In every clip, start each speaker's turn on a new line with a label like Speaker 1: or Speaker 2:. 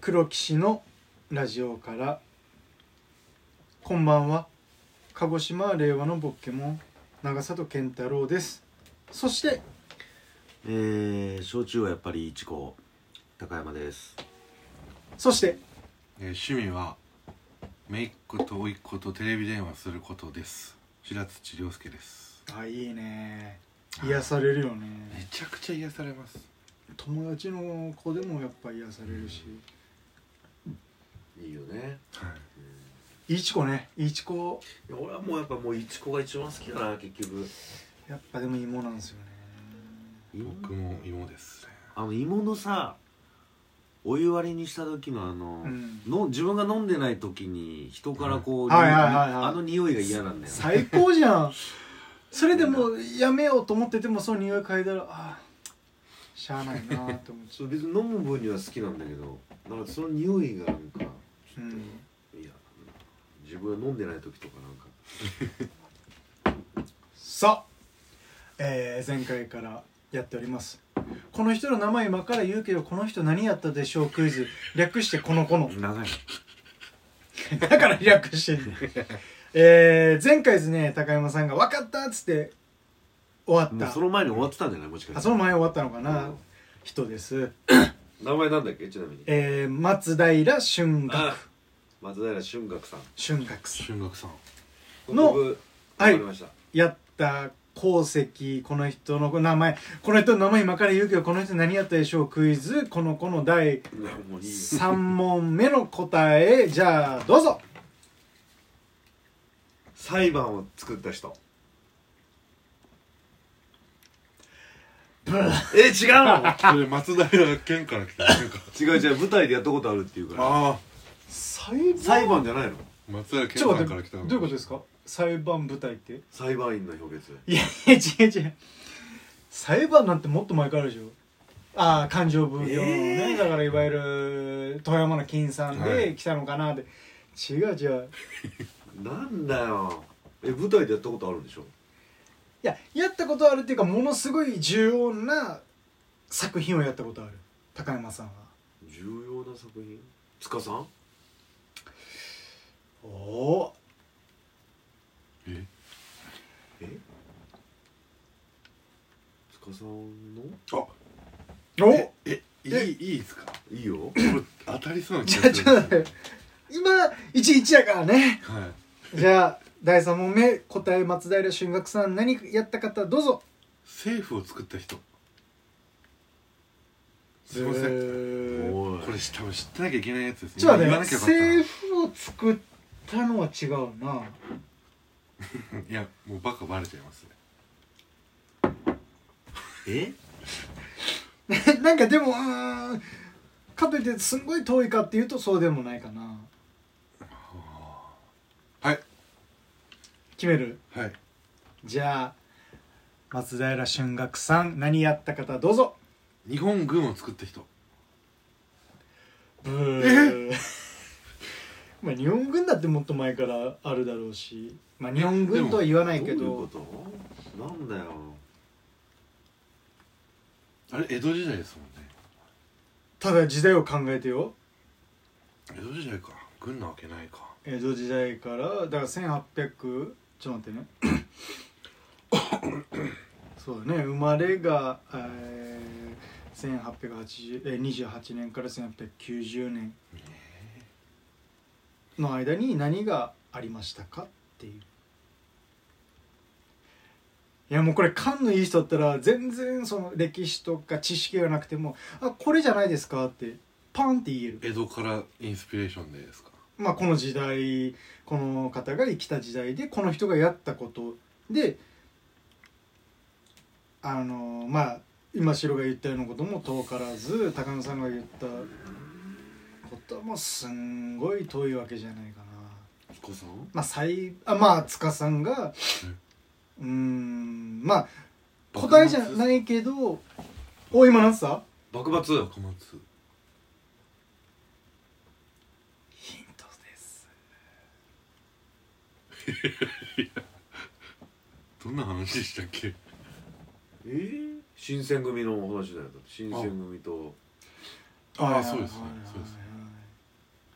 Speaker 1: 黒騎士のラジオからこんばんは鹿児島令和のボッケモン長里健太郎ですそして
Speaker 2: えー、焼酎はやっぱりいちこ高山です
Speaker 1: そして
Speaker 3: えー趣味は姪っ子と甥っ子とテレビ電話することです白土亮介です
Speaker 1: あいいね癒されるよ
Speaker 3: め
Speaker 1: ね
Speaker 3: ちゃくちゃ癒されます
Speaker 1: 友達の子でもやっぱ癒されるし
Speaker 2: いいよね
Speaker 3: はい
Speaker 1: いちこねいちこ
Speaker 2: いや俺はもうやっぱもういちこが一番好きだな結局
Speaker 1: やっぱでも芋なんですよね
Speaker 3: 僕も芋ですね
Speaker 2: あの芋のさお湯割りにした時のあの,、
Speaker 1: うん
Speaker 2: の自分が飲んでない時に人からこう、
Speaker 1: はいはいはいはい
Speaker 2: あの匂いが嫌なんだよね
Speaker 1: 最高じゃんそれでもうやめようと思っててもその匂い嗅いだらああしゃあないなと思って
Speaker 2: そう別に飲む分には好きなんだけどなんかその匂いがなんかちょっと、
Speaker 1: うん
Speaker 2: いや自分が飲んでない時とかなんか
Speaker 1: さあ、えー前回からやっておりますこの人の名前今から言うけどこの人何やったでしょうクイズ略してこの子 の
Speaker 2: 長い
Speaker 1: だから略してんねんえー前回ですね高山さんが「分かった!」っつって終
Speaker 2: も
Speaker 1: わ
Speaker 2: う
Speaker 1: った
Speaker 2: その前に終わってたんじゃないもしかして
Speaker 1: あその前終わったのか
Speaker 2: う
Speaker 1: なん人です
Speaker 2: 名前なんだっけちなみに
Speaker 1: えー松平俊
Speaker 2: あ
Speaker 1: 学
Speaker 2: 松平俊岳さん
Speaker 1: 俊学さん
Speaker 3: 春岳さん
Speaker 1: の
Speaker 2: 僕
Speaker 1: はい
Speaker 2: わかりました
Speaker 1: やった功績この人の名前この人の名前今から言うけどこの人何やったでしょうクイズこの子の第
Speaker 2: いやもういいよ
Speaker 1: 3問目の答えじゃあどうぞ
Speaker 2: 裁判を作った人え違う
Speaker 3: それ松平健から来たなんか
Speaker 2: の違う違う舞台でやったことあるっていうから
Speaker 3: ああ
Speaker 1: 裁
Speaker 2: 裁判じゃないの
Speaker 3: 松平健
Speaker 1: ちょっ
Speaker 3: さ
Speaker 1: と
Speaker 3: んか
Speaker 1: 待
Speaker 3: ら
Speaker 1: っ
Speaker 3: 来
Speaker 1: て
Speaker 3: た
Speaker 1: どういうことですか裁判舞台って
Speaker 2: 裁判員の評決
Speaker 1: いやいや違う違う裁判なんてもっと前からでしょああ勘定奉行のね、
Speaker 2: えー
Speaker 1: だからいわゆる富山の金さん
Speaker 3: は
Speaker 1: で
Speaker 3: い
Speaker 1: 来たのかなって、違う違う
Speaker 2: なんだよえ舞台でやったことあるんでしょ
Speaker 1: いややったことあるっていうかものすごい重要な作品をやったことある高山さんは
Speaker 2: 重要な作品塚さん
Speaker 1: おお
Speaker 3: え
Speaker 2: え塚さんの
Speaker 3: あ
Speaker 1: お
Speaker 3: えい
Speaker 1: え
Speaker 3: いいいですか
Speaker 2: いいよ
Speaker 3: 僕当たりそうな気
Speaker 1: じ
Speaker 3: が
Speaker 1: ゃあ
Speaker 3: する
Speaker 1: ちょっと待って今11やからね
Speaker 3: はい
Speaker 1: じゃあ第3問目答え松平俊学さん何やった方どうぞ
Speaker 3: 政府を作った人すいません、
Speaker 1: えー
Speaker 2: おい
Speaker 3: これ多分知ってなきゃいけないやつですね
Speaker 1: ちょっと
Speaker 3: 言
Speaker 1: 待
Speaker 3: わ
Speaker 1: っ
Speaker 3: な
Speaker 1: て
Speaker 3: きゃよかったな
Speaker 1: 政府を作ったのは違うない
Speaker 3: やもうバカバレちゃいますね
Speaker 2: え
Speaker 1: なんかでもうーんかといってすんごい遠いかっていうとそうでもないかな
Speaker 3: はい
Speaker 1: 決める
Speaker 3: はい
Speaker 1: じゃあ松平俊学さん何やった方どうぞ
Speaker 3: 日本軍を作った人
Speaker 1: ブー まあ日本軍だってもっと前からあるだろうしまあ日本軍とは言わないけど
Speaker 2: どういうことなんだよ
Speaker 3: あれ江戸時代ですもんね
Speaker 1: ただ時代を考えてよ
Speaker 3: 江戸時代か軍なわけないか
Speaker 1: 江戸時代からだから1800ちょっと待ってねそうだね生まれが、えー、1880えー28年から1890年の間に何がありましたかっていういやもうこれ勘のいい人だったら全然その歴史とか知識がなくても「あこれじゃないですか」ってパンって言える
Speaker 3: 江戸からインスピレーションでですか
Speaker 1: まあ、この時代この方が生きた時代でこの人がやったことであのまあ今城が言ったようなことも遠からず高野さんが言ったこともすんごい遠いわけじゃないかな。
Speaker 2: 塚さん
Speaker 1: まあ、最あまあ塚さんがうーんまあ答えじゃないけどお今何つった
Speaker 2: 幕末
Speaker 3: 幕末
Speaker 1: ヒントです
Speaker 3: どんな話でしたっけ
Speaker 2: えー、新選組のお話だよだって新選組と
Speaker 3: ああそうですねそうですね
Speaker 1: ね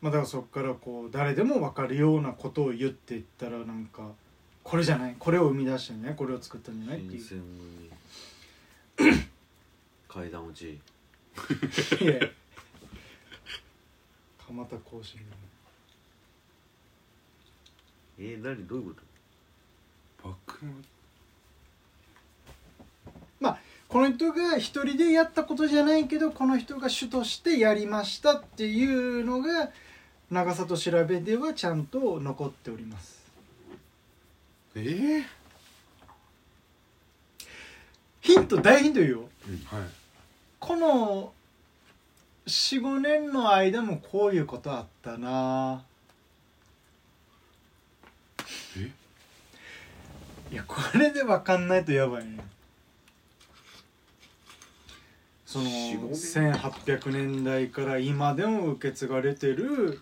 Speaker 1: まあ、だからそこからこう誰でも分かるようなことを言っていったらなんかこれじゃないこれを生み出したんじゃないこれを作ったんじゃないって
Speaker 2: 新
Speaker 1: いう
Speaker 2: 鮮に 階段落ち
Speaker 1: いや蒲田甲子園
Speaker 2: えー、何どういうこと
Speaker 3: 僕
Speaker 1: この人が一人でやったことじゃないけどこの人が主としてやりましたっていうのが長里調べではちゃんと残っております
Speaker 3: ええ
Speaker 1: ヒント大ヒント言うよ
Speaker 3: はい
Speaker 1: この45年の間もこういうことあったな
Speaker 3: え
Speaker 1: いやこれで分かんないとやばいねその
Speaker 2: 45
Speaker 1: 1800年代から今でも受け継がれてる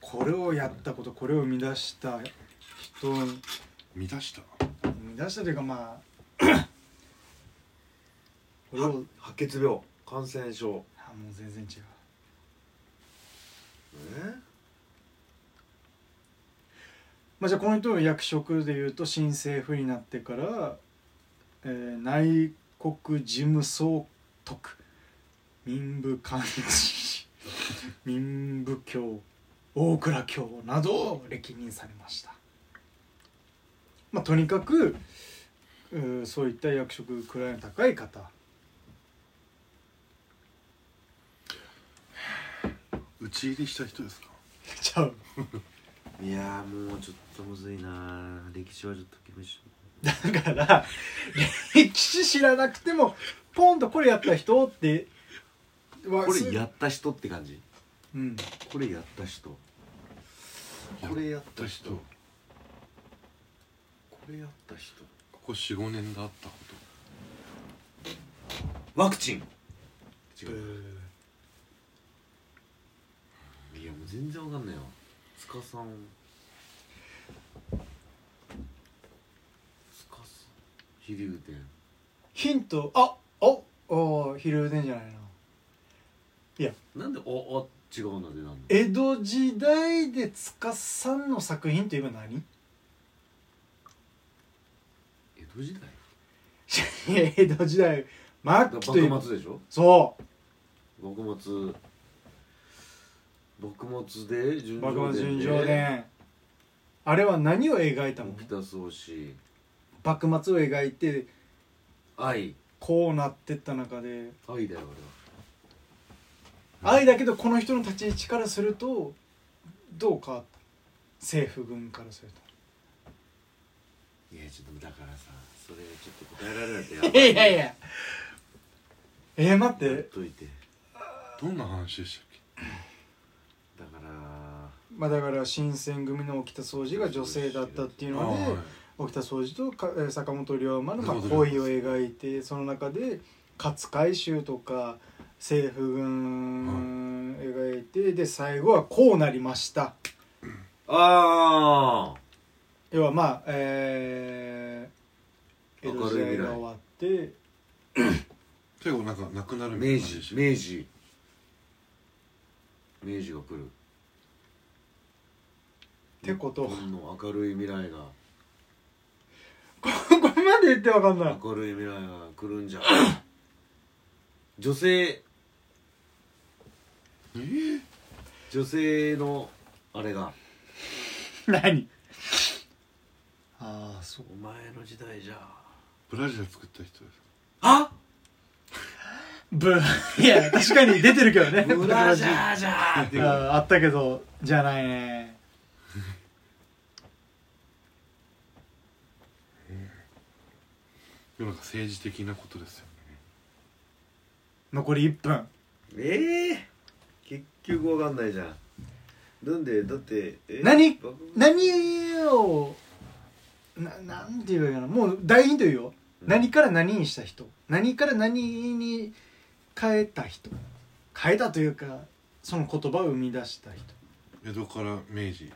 Speaker 1: これをやったことこれを生み出した人
Speaker 3: 見出した
Speaker 1: 生み出したというかまあこれをあも
Speaker 2: は白血病感染症
Speaker 1: う全然違う
Speaker 2: え
Speaker 1: まあ、じゃあこの人の役職でいうと新政府になってから、えー内国事務総督民部幹事民部教大蔵教などを歴任されました、まあ、とにかくうーそういった役職位の高い方
Speaker 3: 打ち入りした人ですか
Speaker 1: ちゃう
Speaker 2: いやーもうちょっとむずいなー歴史はちょっと厳しい
Speaker 1: だから歴史知らなくてもポンとこれやった人ってこ
Speaker 2: これやった人って感じ
Speaker 1: うん
Speaker 2: これやった人これやった人
Speaker 3: こ
Speaker 2: これやった人
Speaker 3: こ45年であったこ
Speaker 2: ワクチン違
Speaker 1: え
Speaker 2: う
Speaker 1: ー
Speaker 2: いやもう全然わかんないよ塚さん塚さん飛竜伝
Speaker 1: ヒントあおお昼寝じゃないな
Speaker 2: なんでおお違うのでなんの
Speaker 1: 江戸時代で塚さんの作品といえば何 い
Speaker 2: 江戸時代
Speaker 1: や江戸時代末期といえば
Speaker 2: 幕末でしょ
Speaker 1: そう
Speaker 2: 幕末幕末で純
Speaker 1: 幕末純
Speaker 2: 情
Speaker 1: 情
Speaker 2: 伝で
Speaker 1: 伝あれは何を描いたの
Speaker 2: 沖田総司
Speaker 1: 幕末を描いて
Speaker 2: 愛
Speaker 1: こうなってった中で
Speaker 2: 愛だよ
Speaker 1: 愛だけどこの人の立ち位置からするとどうか政府軍からすると
Speaker 2: 俺はいやちょっとだからさそれちょっと答えられないとや
Speaker 1: いやいやい
Speaker 2: や
Speaker 1: やえー、待っ
Speaker 2: ばいやってといて
Speaker 3: とどんな話でしたっ
Speaker 2: だから
Speaker 1: まあだから新選組の沖田総司が女性だったってい
Speaker 3: け
Speaker 1: う
Speaker 3: あ
Speaker 1: ので、
Speaker 3: ーはい
Speaker 1: 沖田総司とかえー坂本龍馬のまあ
Speaker 3: 坂本龍
Speaker 1: 恋
Speaker 3: 馬
Speaker 1: を描いてその中で勝海舟とか政府軍描いてで最後はこうなりました
Speaker 2: ああ
Speaker 1: 要はまあえー、江戸時代が終わって
Speaker 3: 最後なんかなくなるみたい
Speaker 2: 明
Speaker 3: な話で
Speaker 2: 治
Speaker 3: し
Speaker 2: 明治明治が来る
Speaker 1: てこと
Speaker 2: 日本の明るい未来が
Speaker 1: こ こまで言ってわかんない
Speaker 2: 明るい未来が来るんじゃ女性
Speaker 3: たえー
Speaker 2: 女性のあれが
Speaker 1: 何 ああそう
Speaker 2: お前の時代じゃ
Speaker 3: ブラジル作った人です
Speaker 2: あ
Speaker 1: ブ いや確かに出てるけどね
Speaker 2: ブラジャーじゃーって
Speaker 1: あーあったけどじゃないね
Speaker 3: なんか政治的なことですよね
Speaker 1: 残り1分
Speaker 2: ええ結局わかんないじゃんなんでだって、え
Speaker 1: 何
Speaker 2: バカ
Speaker 1: 何をななんて言えばいいかなもう大ヒント言うよ、
Speaker 2: うん
Speaker 1: 何から何にした人何から何に変えた人変えたというかその言葉を生み出した人っ
Speaker 3: 江戸から明治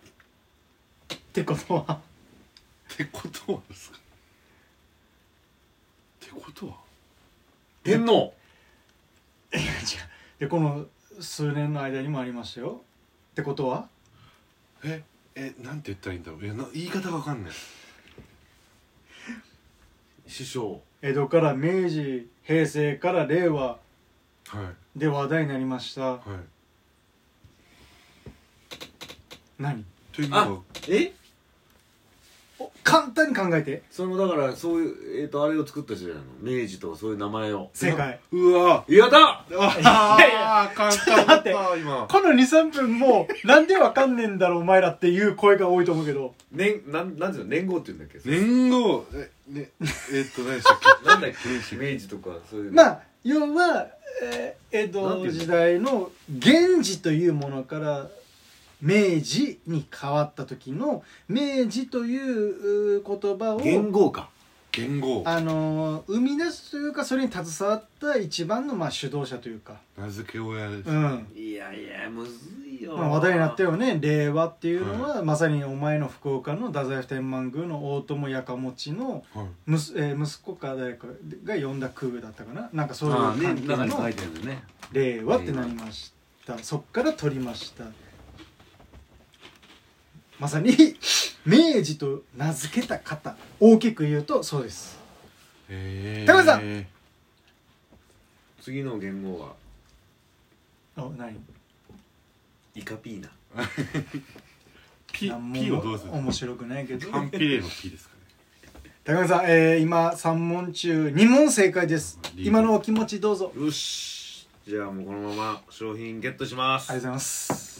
Speaker 1: てことは
Speaker 3: ってことはですかってことは
Speaker 2: 天皇
Speaker 1: いや違うでこの数年の間にもありましたよってことは
Speaker 3: ええなんて言ったらいいんだろういやな言い方がわかんない
Speaker 2: 師匠
Speaker 1: 江戸から明治平成から令和
Speaker 3: はいは
Speaker 1: で話題になりました
Speaker 3: い
Speaker 1: 何
Speaker 3: というのが
Speaker 2: え
Speaker 1: お簡単に考えて
Speaker 2: それもだからそういうえっ、とあれを作った人じゃないの明治とかそういう名前を
Speaker 1: 正解
Speaker 3: うわ
Speaker 2: やった
Speaker 3: あ
Speaker 1: いやいや
Speaker 3: あー簡単だっ
Speaker 1: ちょっと
Speaker 3: た今
Speaker 1: この23分もうなんでわかんねえんだろうお前らっていう声が多いと思うけど
Speaker 2: 年なんなんていうの年号って言うんだっけ、
Speaker 3: 年号えねえっと何でしたっけ
Speaker 2: なんだっけ明治とかそういうの
Speaker 1: まあ要は、えー江戸時代の源氏というものから明治に変わった時の明治といううー言葉
Speaker 2: 元
Speaker 1: を
Speaker 2: 号か
Speaker 3: 元号
Speaker 1: あのー生み出すというかそれに携わった一番のまあ主導者というか、
Speaker 3: 名付け親です、
Speaker 1: うん
Speaker 2: いやいやむずいよ
Speaker 1: まあ、話題になったよね令和っていうのは、まさにお前の福岡の太宰府天満宮の大友やかもちの
Speaker 3: はい
Speaker 1: むす、えー息子か誰かが呼んだ空だったかななんかそういう
Speaker 2: ああ
Speaker 1: 関係の
Speaker 2: ね中に書いてあるんだよね
Speaker 1: 令和ってなりましたそっから取りましたまさに 明治と名付けた方大きく言うとそうです
Speaker 3: えー、
Speaker 1: 高橋さん
Speaker 3: え
Speaker 2: 次の元号は
Speaker 1: あ何
Speaker 2: イカピーナ
Speaker 3: ピ
Speaker 1: 何も
Speaker 3: ピをどうする
Speaker 1: 面白くないけど
Speaker 3: カンピレのピですかね
Speaker 1: 高見さん、えー今3問中2問正解です
Speaker 3: リーグ
Speaker 1: 今のお気持ちどうぞ
Speaker 2: よしじゃあもうこのまま商品ゲットします
Speaker 1: ありがとうございます